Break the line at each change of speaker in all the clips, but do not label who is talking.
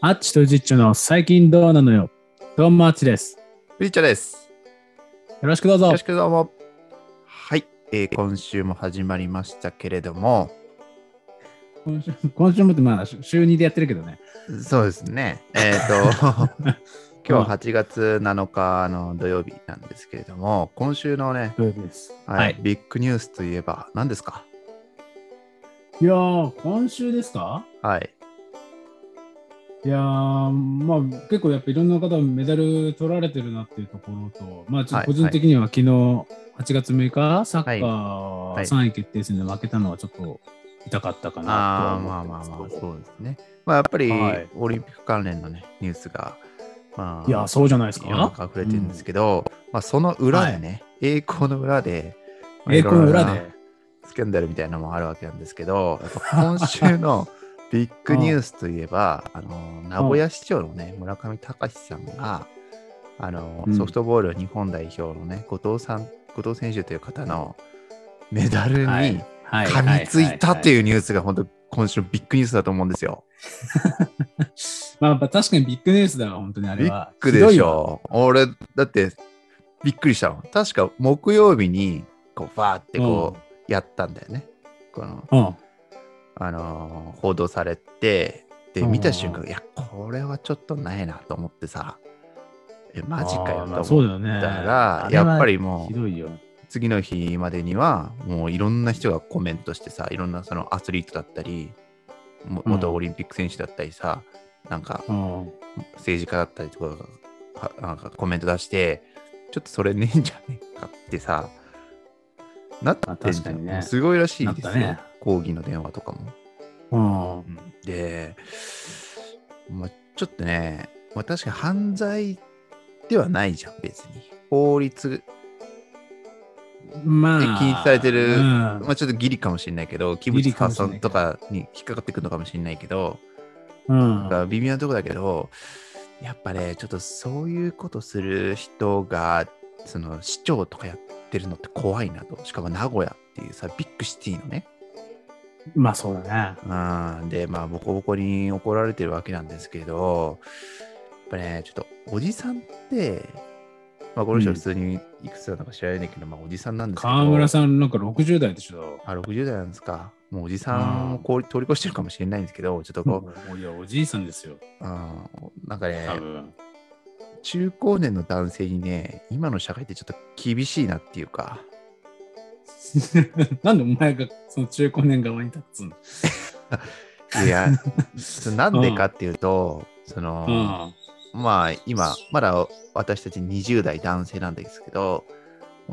アッチとジッチョの最近どうなのよ。どうもアッチです。
フリッチャです。
よろしくどう
よ
ぞ
ろし。くどうも。はい、えー今週も始まりましたけれども、
今週今週もってまあ週週2でやってるけどね。
そうですね。えっ、 と、今日8月7日の土曜日なんですけれども、今週のね、
土曜日です。
はい
はい。
ビッグニュースといえば何ですか
いやー、今週ですか
はい。
いやー、まあ結構やっぱいろんな方メダル取られてるなっていうところと、まあちょっと個人的には昨日8月6日、サッカー
はい
3位決定戦で負けたのはちょっと痛かったか
あ
な
あ、
と
ま
は
あ
思
ま
っ
あ
て
ま
ま
あ、
すけど。
そうですね。まあ、やっぱり、
はい
オリンピック関連のね、ニュースが、まあ、
いやー、そうじゃないです
世の
か。
中溢れてるんですけど、まあ、その裏でね、栄光の裏で、まあ
栄光の裏
いろいろな
で。
スキャンダルみたいなのもあるわけなんです けど、やっぱ今週のビッグニュースといえば、あの名古屋市長のね、村上隆さんが、あの
うん
ソフトボール日本代表のね、後藤さん、後藤選手という方のメダルに
はい
噛みついたって
う。
いうニュースが本当今週のビッグニュースだと思うんですよ。
まあやっぱ確かにビッグニュースだわ、本当にあれは。
ビッグでしょ。俺、だってびっくりしたもん。確か木曜日に、こう、バーってこう、やったんだよね。この
ひどいわ。
あのー報道されてで
うん
見た瞬間いやこれはちょっとないなと思ってさえ
うん。
マジか
あーまあ
よと
そうだ
思っ
よね。
たら、やっぱりも
ひ
う
どいよ。
次の日までにはもういろんな人がコメントしてさいろんなそのアスリートだったりも
うん
元オリンピック選手だったりさ、なんか
うん。
政治家だったりとかがはなんかコメント出してちょっとそれねえんじゃねえかってさなってんじ
あ確か
ゃ
に
ん、
ね
すごいらしいですよ、
なったね
抗議の電話とかも。
うん。
で、まあ、ちょっとね、まあ、確かに犯罪ではないじゃん、別に。法律、
まあ。
で禁止されてる
うん
まあ、ちょっとギリかもしれないけど、器
ギ
物
リか
破
もしれない
損とかに引っかかってくるのかもしれないけど、
うん
だから微妙なとこだけど、やっぱね、ちょっとそういうことする人が、その市長とかやってるのって怖いなと。しかも名古屋っていうさ、ビッグシティのね、
まあそうだね。
うん、で、まあ、ボコボコに怒られてるわけなんですけど、やっぱね、ちょっとおじさんって、まあ、この人
うん
普通にいくつなのか知らないんだけど、まあ、おじさんなんですけど、
河村さんなんか60代でしょ。
あ60代なんですか。もうおじさんをこう通り越してるかもしれないんですけど、ちょっと
も
こ
ういや、おじいさんですよ。
う、うん、なんかね
多、分。
中高年の男性にね、今の社会ってちょっと厳しいなっていうか、
なんでお前がその中高年側に立つの
いや、それなんでかっていうと、その、
うん。
まあ今まだ私たち20代男性なんですけど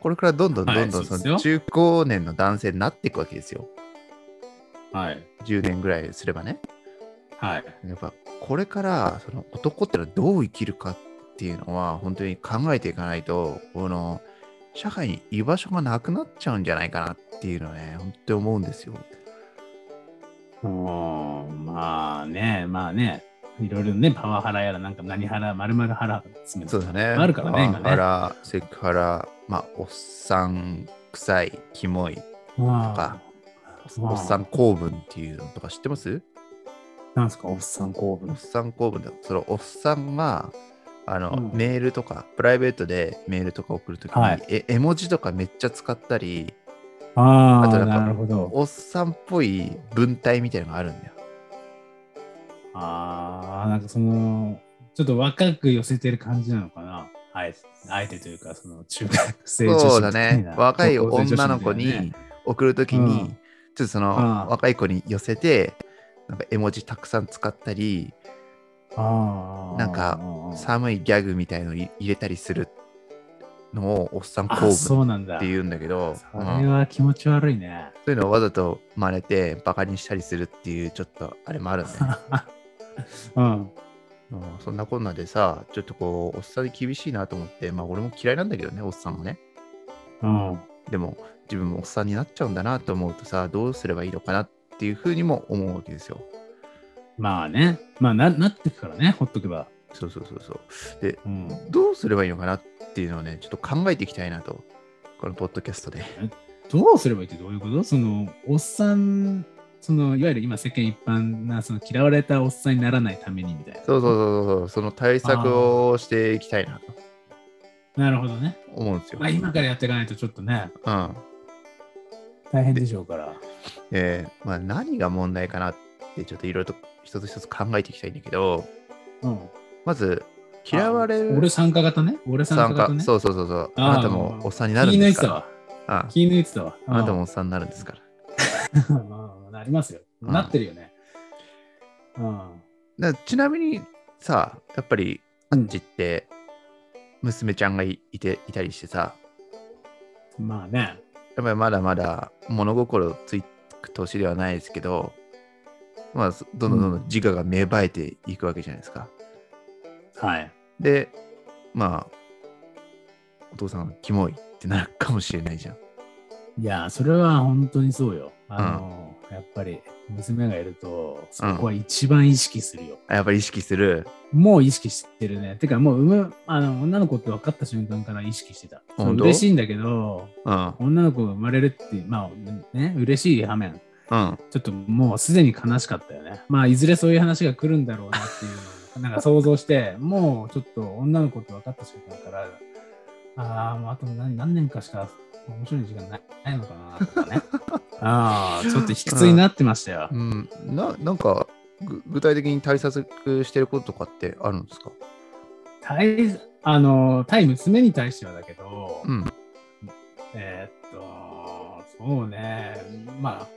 これからどんどんどんど
は
ん
いそう
そ
ですよ
の中高年の男性になっていくわけですよ、
はい。
10年ぐらいすればね
はい。
やっぱこれからその男ってのはどう生きるかっていうのは本当に考えていかないとこの社会に居場所がなくなっちゃうんじゃないかなっていうのはね本当に思うんですよ
うん。まあね、まあね。いろいろね、パワハラやら、なんか何ハラ、まるまるハラ、
そうだね
あるからね、今
パワハ
ね。
ラセクハラまあおっさん臭いキモい
うん
か
うん
おっさん公文っていうのとか知ってます
なんすか、おっさん公
お
文
っ。さん公文だそのおっさんがあの、
うん
メールとかプライベートでメールとか送るときに、
はい
え絵文字とかめっちゃ使ったり
あ
あと
あ、
なんか
なるほど。
おっさんっぽい文体みたいなのがあるんだよ
ああ、なんかその、ちょっと若く寄せてる感じなのかな。はい。あえてというか、その中学生女子
そうだね
みたいな
若い
高校生
女
女
の
子
子
みたいなね
に送るときに、
うん
ちょっとその、
うん
若い子に寄せてなんか絵文字たくさん使ったり
あー
なんか寒いギャグみたいのを入れたりするのをおっさん
あ
公文っ
そうなんだ。
ていうんだけど
それは気持ち悪いね。
そういうのをわざと真似てバカにしたりするっていうちょっとあれもあ るんだよね。
うん。
うんそんなこんなでさ、ちょっとこう、おっさんに厳しいなと思って、まあ俺も嫌いなんだけどね、おっさんもね。
うん。
でも自分もおっさんになっちゃうんだなと思うとさ、どうすればいいのかなっていうふうにも思うわけですよ。
まあね。まあな、なってくからね、ほっとけば。
そうそうそうそう。
うん。
どうすればいいのかなっていうのをね、ちょっと考えていきたいなと、このポッドキャストで。
どうすればいいってどういうことその、おっさんそのいわゆる今世間一般なその嫌われたおっさんにならないためにみたいな。
そうそうそうそう、その対策をしていきたいなと
なるほどね。
思うんですよ。
まあ、今からやっていかないとちょっとね、
うん。
大変でしょうから。
えーまあ、何が問題かなって、ちょっといろいろと一つ一つ考えていきたいんだけど、
うん、
まず、嫌われる
俺参加型ね。俺参加型ね。
そうそうそうそう。
あー
あなたもおっさんになる
気
ん
抜
で
い
す
て
か
た
ら。
わ。
あ
気抜いてたわ。
あなたもおっさんになるんですから。
うん。まあなりますよ。
うん
なってるよね。うん。
だからちなみにさ、やっぱり、アンチって、娘ちゃんがいいていたりしてさ、
まあね。
やっぱりまだまだ物心ついく年ではないですけど、まあ、そどんどんどんどん自我が芽生えていくわけじゃないですか。
はい。
で、まあ、お父さんはキモいってなるかもしれないじゃん。
いや、それは本当にそうよ。あの、やっぱり娘がいると、そこは一番意識するよ。
あやっぱり意識する。
もう意識してるね。てかもう産むあの女の子って分かった瞬間から意識してた。その
本当
嬉しいんだけど、
うん。
女の子が生まれるっていう、まあね、嬉しい反面、
うん。
ちょっともうすでに悲しかったよね。まあいずれそういう話が来るんだろうなっていうのをなんか想像して、もうちょっと女の子って分かった瞬間から、ああ、もうあと何何年かしか面白い時間ないないのかなとか ね。ああ、ちょっと卑屈になってましたよ。
うん、ななんかぐ具体的に対策してることとかってあるんですか
対あの対娘に対してはだけど、
うん
えーっと、そうね、ま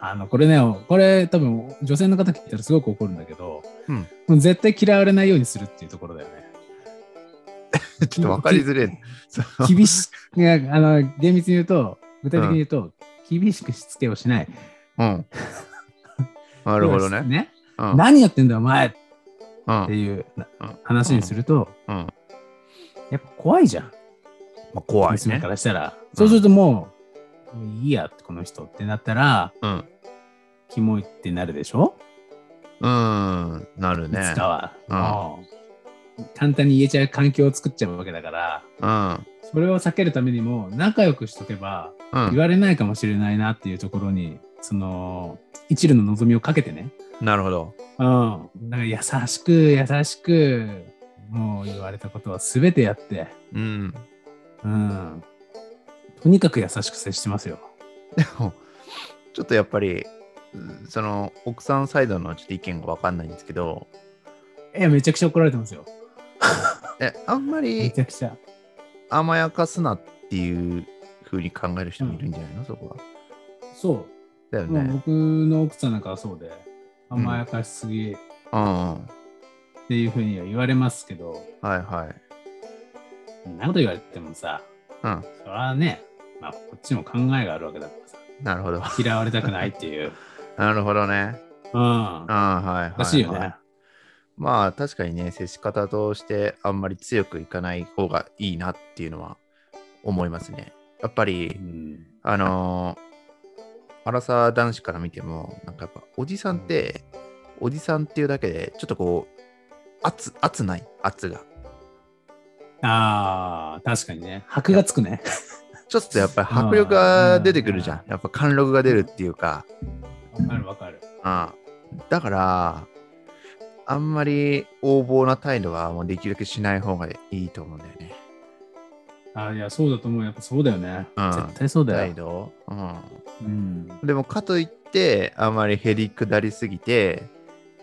あ、あの、これね、これ多分女性の方聞いたらすごく怒るんだけど、
うん
もう絶対嫌われないようにするっていうところだよね。
ちょっと分かりづれえな。そ の
厳しく、いやあの、厳密に言うと、具体的に言うと、厳しくしつけをしない。
うん。なるほどね。
ね
うん。
何やってんだお前っ
うん
ていうな
うん
話にすると、
うんま
やっぱ怖いじゃん。
あ、怖い
娘
ね
か。らしたら、そうするともう、もういいやこの人ってなったら
うん。
キモいってなるでしょ、
うん。なる
い
ね
つ。かは、
うん
もう簡単に言えちゃう環境を作っちゃうわけだから
うん。
それを避けるためにも仲良くしとけば
う
言
ん。
われないかもしれないなっていうところにその一縷の望みをかけてね、
なるほど。
うん、なんか優しく優しくもう言われたことは全てやって、
うん。
うん、とにかく優しく接してますよ。
でも、ちょっとやっぱり、うんその奥さんサイドのちょっと意見が分かんないんですけど、
えめちゃくちゃ怒られてますよ。
えあんま
め
り
ちゃくちゃ。
甘やかすなっていうふうに考える人もいるんじゃないのそこは。
そ
だよ
う、もう
ね。
僕の奥さんなんかはそうで、甘やかしすぎっ
うん。うん
ていうふうには言われますけど、
はいはい。
そんなこと言われてもさ、
うん
それはね、まあ、こっちも考えがあるわけだからさ、
なるほど。
嫌われたくないっていう。
なるほどね。
うん。お
ああ、はい、はい。
かしいよ
は
ね。
まあ、確かにね、接し方としてあんまり強くいかない方がいいなっていうのは思いますね。やっぱ
う
り、
ん。
あのー、アラサー男子から見ても、なんかやっぱ、おじさんって、おじさんっていうだけで、ちょっとこう、圧、圧ない、圧が。
ああ、確かにね。箔がつくね。
ちょっとやっぱり迫力が出てくるじゃん。やっぱ貫禄が出るっていうか。
わかるわかる。
あだから、あんまり横暴な態度はもうできるだけしない方がいいと思うんだよね。
ああ、いや、そうだと思う。やっぱそうだよね。
うん
絶対そうだ
態
よ。
度。うん。
うん。
でもかといって、あんまり減り下りすぎて、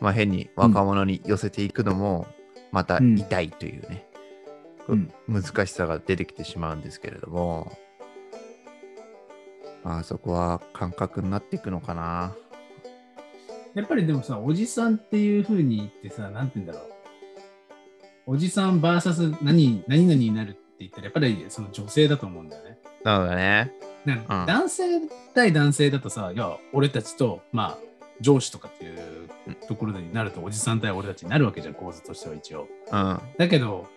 まあ変に若者に寄せていくのも、また
うん
痛いというね、
うん
難しさが出てきてしまうんですけれども、まあそこは感覚になっていくのかな。
やっぱりでもさ、おじさんっていう風に言ってさ、なんて言うんだろう。おじさん VS 何何々になるって言ったら、やっぱりその女性だと思うんだよね。
なのでね、
なん
う
か
ん
男性対男性だとさ、いや、俺たちと、まあ、上司とかっていうところになると、おじさん対俺たちになるわけじゃん、構図としては一応。
うん、
だけど、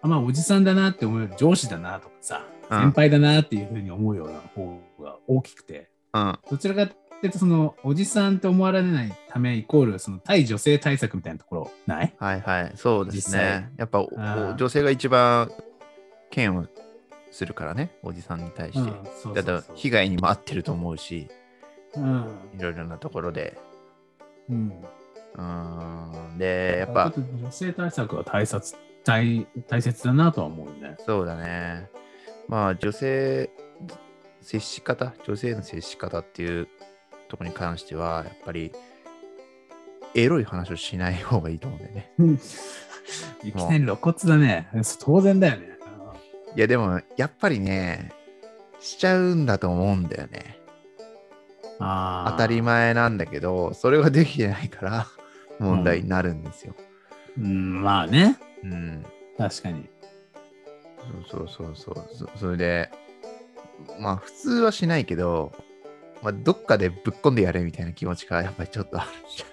あまあ、おじさんだなって思うより、上司だなとかさ、
うん
先輩だなっていう風に思うような方が大きくて。
うん、
どちらかっていうと、その、おじさんと思われないため、イコール、その、対女性対策みたいなところ、ない
はいはい、そうですね。やっぱお
あー
女性が一番嫌悪するからね、おじさんに対して。
そう
だって被害にも合ってると思うし、
うん。
いろいろなところで。
うん。
うーん。で、やっ
ちょ
ぱ
と、女性対策は大切大大切だなとは思う ね。
そうだね。まあ、女性、接し方、女性への接し方っていうところに関しては、やっぱり、エロい話をしない方がいいと思うんだよね。
いきなり露骨だね。当然だよね。
いや、でも、やっぱりね、しちゃうんだと思うんだよね。
あー
当たり。前なんだけど、それができてないから、問題になるんですよ。
うん、まあね。
うん
確かに。
そうそうそうそうそ。それで、まあ普通はしないけど、まあどっかでぶっこんでやれみたいな気持ちがやっぱりちょっとあるじゃん。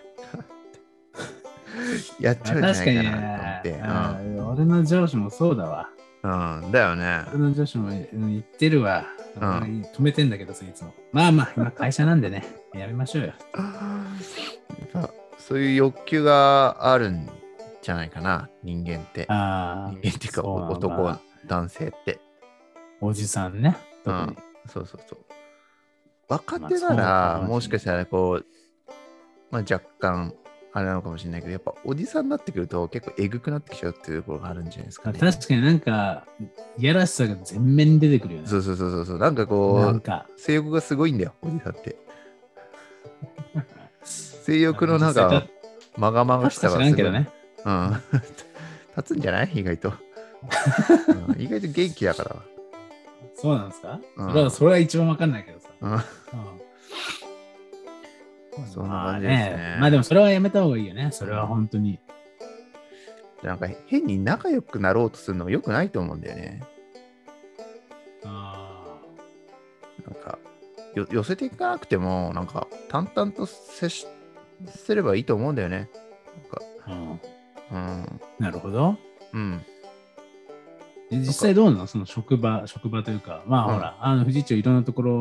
やっちゃうんじゃないかなと思って。
ねうん俺の上司もそうだわ。
うん、うん、だよね。
俺の上司もうん言ってるわ。
うん
止めてんだけどさ、いつも。まあまあ、今会社なんでね、やめましょうよ。
やっぱそういう欲求があるんじゃないかな、人間って。
ああ
人間っていうか
そうなんだ
男は、男性って。
おじさんね。特に
うんそうそうそう。若
まあ
手
そうかもしれ
なら、
ない
もしかしたらこう、まあ、若干、あれなのかもしれないけど、やっぱおじさんになってくると結構えぐくなってきちゃうっていうところがあるんじゃないですかね。
確かになんか、いやらしさが全面に出てくるよね。
そうそうそうそうそう。なんか
な
こ
ん
う、
か、
性欲がすごいんだよ、おじさん って。性欲のなんか、まがまがし
確か知ら
さがす
ん
ご
け
い。
どね。
うん。立つんじゃない意外 と、うん意外と元気だから。
そうなんですか、
うん
それはそれは一番わかんないけどさ。
うん
うん
そんな感じですね
まあまあでもそれはやめた方がいいよね。それは本当に。
なんか変に仲良くなろうとするのも良くないと思うんだよね。
あ
なんかよ寄せていかなくてもなんか淡々と接しすればいいと思うんだよね。
ーうん
なんか
なるほど。
うんうん
で実際どうなのその職場、職場というか、まあ
うん
ほら、あの、富士町いろんなところ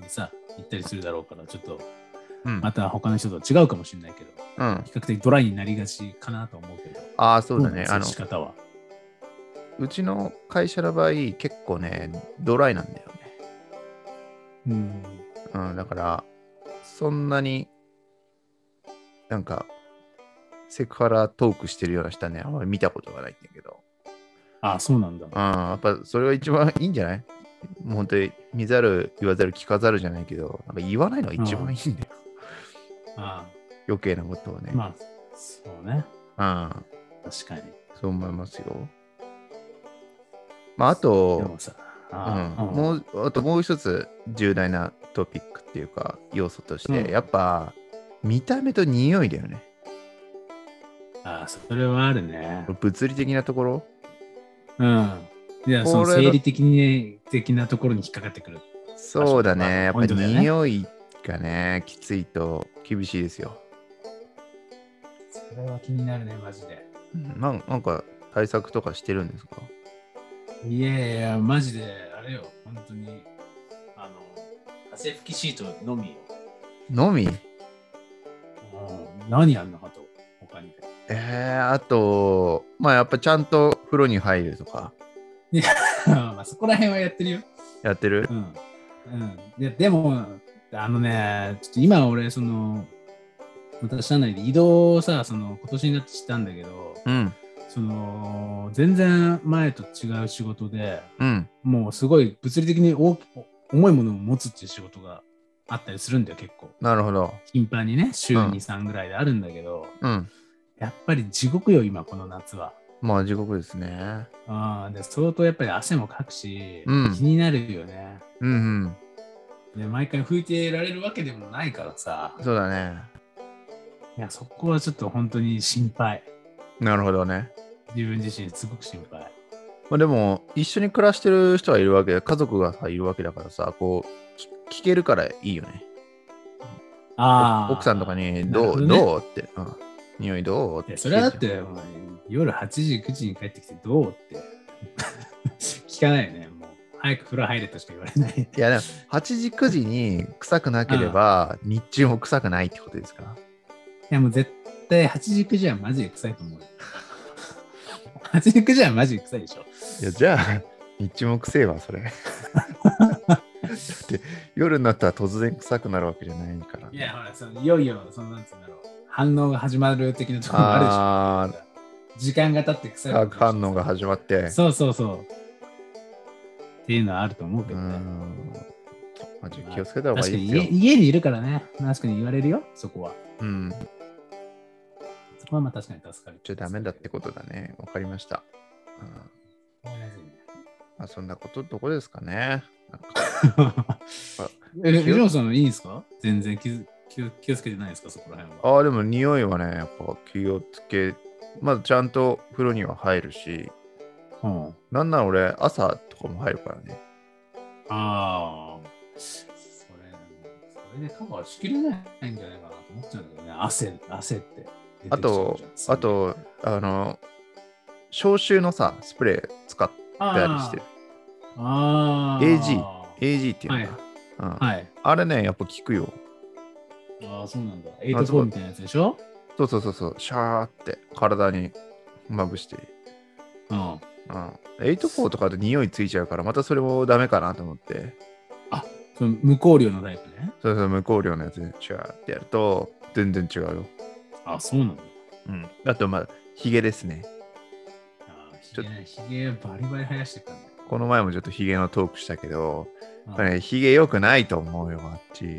にさ、行ったりするだろうから、ちょっと、
うん、
また他の人とは違うかもしれないけど、
うん、あ
比較的ドライになりがちかなと思うけど。
あーそうだね
どなの
あの
接し方は。
うちの会社の場合結構ねドライなんだよね、
うん。
うん、だからそんなになんかセクハラトークしてるような人はねあんまり見たことがないんだけど、
ああ、そうなんだ。
うん、やっぱそれが一番いいんじゃないもう本当に見ざる言わざる聞かざるじゃないけどなんか言わないのが一番いいんだよ、
あ
余計なことをね
あ、、まあ、そうね。
うん、
確かに。
そう思いますよ。まあ、あ
で
と
も、さ、
うん
ああ、
もうあともう一つ重大なトピックっていうか、要素として、
うん
やっぱ見た目と匂いだよね。
ああ、それはあるね。
物理的なところ。
うん。いや、その
これが
生理的に、的なところに引っかかってくる。
そうだ
まあ
ね。やっ
ポ
ぱ
イントだよね
匂いがね、きついと厳しいですよ。
それは気になるね、マジで。
うんなんなんか対策とかしてるんですか
いやいや、マジで、あれよ、本当に、あの、汗拭きシートのみよ。
のみ
うん、何やんのかと、他に。
えー、あと、まあやっぱちゃんと風呂に入るとか、
まあ、そこら辺はやってるよ。
やってる
うん。うん、ででも、あのね、ちょっと今俺、その、私社内で移動をさ、その、今年になってしたんだけど、
うん、
その、全然前と違う仕事で、
うん。
もうすごい物理的に大き重いものを持つっていう仕事があったりするんだよ、結構。
なるほど。
頻繁にね、週
うん
に3ぐらいであるんだけど、
うん。
やっぱり地獄よ、今、この夏は。
まあ地獄ですね。
あーで相当やっぱり汗もかくし、
うん
気になるよね。
うん
で、毎回拭いてられるわけでもないからさ
うん。、そうだね。
いや、そこはちょっと本当に心配。
なるほどね。
自分自身すごく心配。
まあでも、一緒に暮らしてる人がいるわけで、家族がさいるわけだからさ、こう、き聞けるからいいよね。
ああ。
奥さんとかに、
なる
ど
ほ
う
どね
どうって、うん。匂いどうっ
い
て。
やそれはだっ。て、お前夜8時、9時に帰ってきてどうって 聞かないよね。もう早く風呂入れとしか言われない。
いや、でも、8時、9時に臭くなければ、日中も臭くないってことですから。
いやもう絶対8時、9時はマジで臭いと思うよ。8時、9時はマジで臭いでしょ。
いや、じゃあ、日中も臭えわ、それ。って夜になったら突然臭くなるわけじゃないから、
いや、ほら、そのいよいよ、その、なんつうんだろう、反応が始まる的なところもあ
あ
るでしょ。時間が経って臭い
ー、化学反応が始まって。
そうそうそう。っていうのはあると思うけ
う
どね。
ん。まあ、じゃあ気をつけた方が
確
い
か
い
に
で
家
すよ。
家にいるからね、確かに言われるよ、そこは。
うん。
そこはまあ確かに助かる。
じゃあダメだってことだね。わかりました。うん、まあ、そんなことどこですかね。なんか
え、藤本さんいいんですか全然気づ気を気をつけてないですか、そこら辺は。
ああ、でも匂いはね、やっぱ気をつけ、まあちゃんと風呂には入るし、
うん
なんなら俺、朝とかも入るからね。
ああ。それ、それでカバーしきれないんじゃないかなと思っちゃうんだけどね。汗、汗って出てきちゃ
あ
うじゃん。
と、あと、あの、消臭のさ、スプレー使ったりしてる。
あー。あ
AG っていうの
はい
かな、うん
ー。はい。
あれね、やっぱ効くよ。
ああ、そうなんだ。84みたいなやつでしょ
そうそうそうそう、シャーって体にまぶして。
うん。あ、
うん。84とかで匂いついちゃうから、またそれもダメかなと思って。
その無香料のタイプね。
そうそう、無香料のやつでシャーってやると、全然違うよ。
あそうなんだ。
うん。あと、まあ、ヒゲですね。
あひ
ちょ
げね、ひげバリバリ生やしてたんだよ。
この前もちょっとヒゲのトークしたけど、
うん
やっぱね、ヒゲ良くないと思うよ、マッチ。
い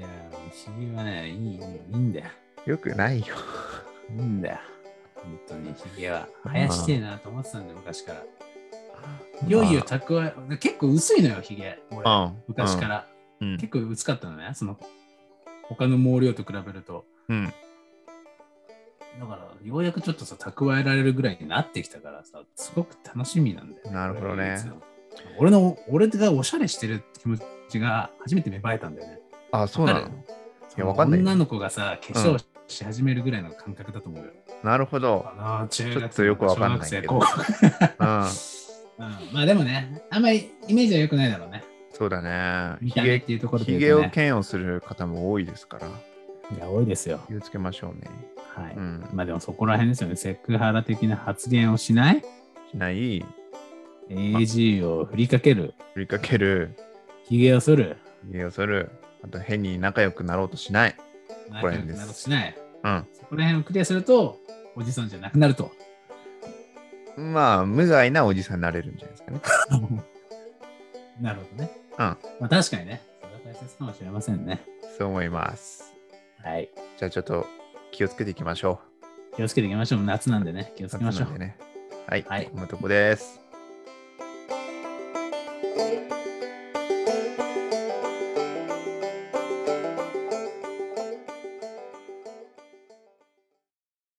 やー、ひげはね、いい、いいいいんだよ。
良くないよ。
いいんだよ。本当にひげは生やしてえなと思ってたんだよ、昔から。いよいよ蓄え、結構薄いのよ、ひげ。俺、
まあ、うん、
昔から、
うん。うん
結構薄かったのね、その、他の毛量と比べると。
うん。
だから、ようやくちょっとさ、蓄えられるぐらいになってきたからさ、すごく楽しみなんだよ、
なるほどね。
俺の、俺がおしゃれしてる気持ちが初めて芽生えたんだよね。
あ、そうな
わか
のやわかんないよ
女の子がさ、化粧し始めるぐらいの感覚だと思うよ。
なるほど。
あの中学
ちょっとよくわかんないけど
小学生高校
うん
うんまあでもね、あんまりイメージは良くないだろうね。
そうだね。
見
ヒ
た目っ
ゲ、
ていうところで
ヒ
言
ゲ
うと
を
ね、
嫌悪する方も多いですから、
いや、多いですよ。
気をつけましょうね。
はい。
うん。
まあでもそこら辺ですよね。セクハラ的な発言をしない、
しない、
AG を振りかける、
振りかける、
ヒゲを剃る、
ヒゲをする、あと変に仲良くなろうとしない。こら辺で
仲
す
良くなどしない。
うん。
そこら辺をクリアすると、おじさんじゃなくなると。
まあ、無害なおじさんになれるんじゃないですかね。
なるほどね。
ん
まあ確かにね、それは大切かもしれませんね。
そう思います。
はい。
じゃあちょっと気をつけていきましょ
気をつけていきましょう。夏なんでね、気を
う。
つけましょう
夏なん。でね。はい、
はい
こんなとこです。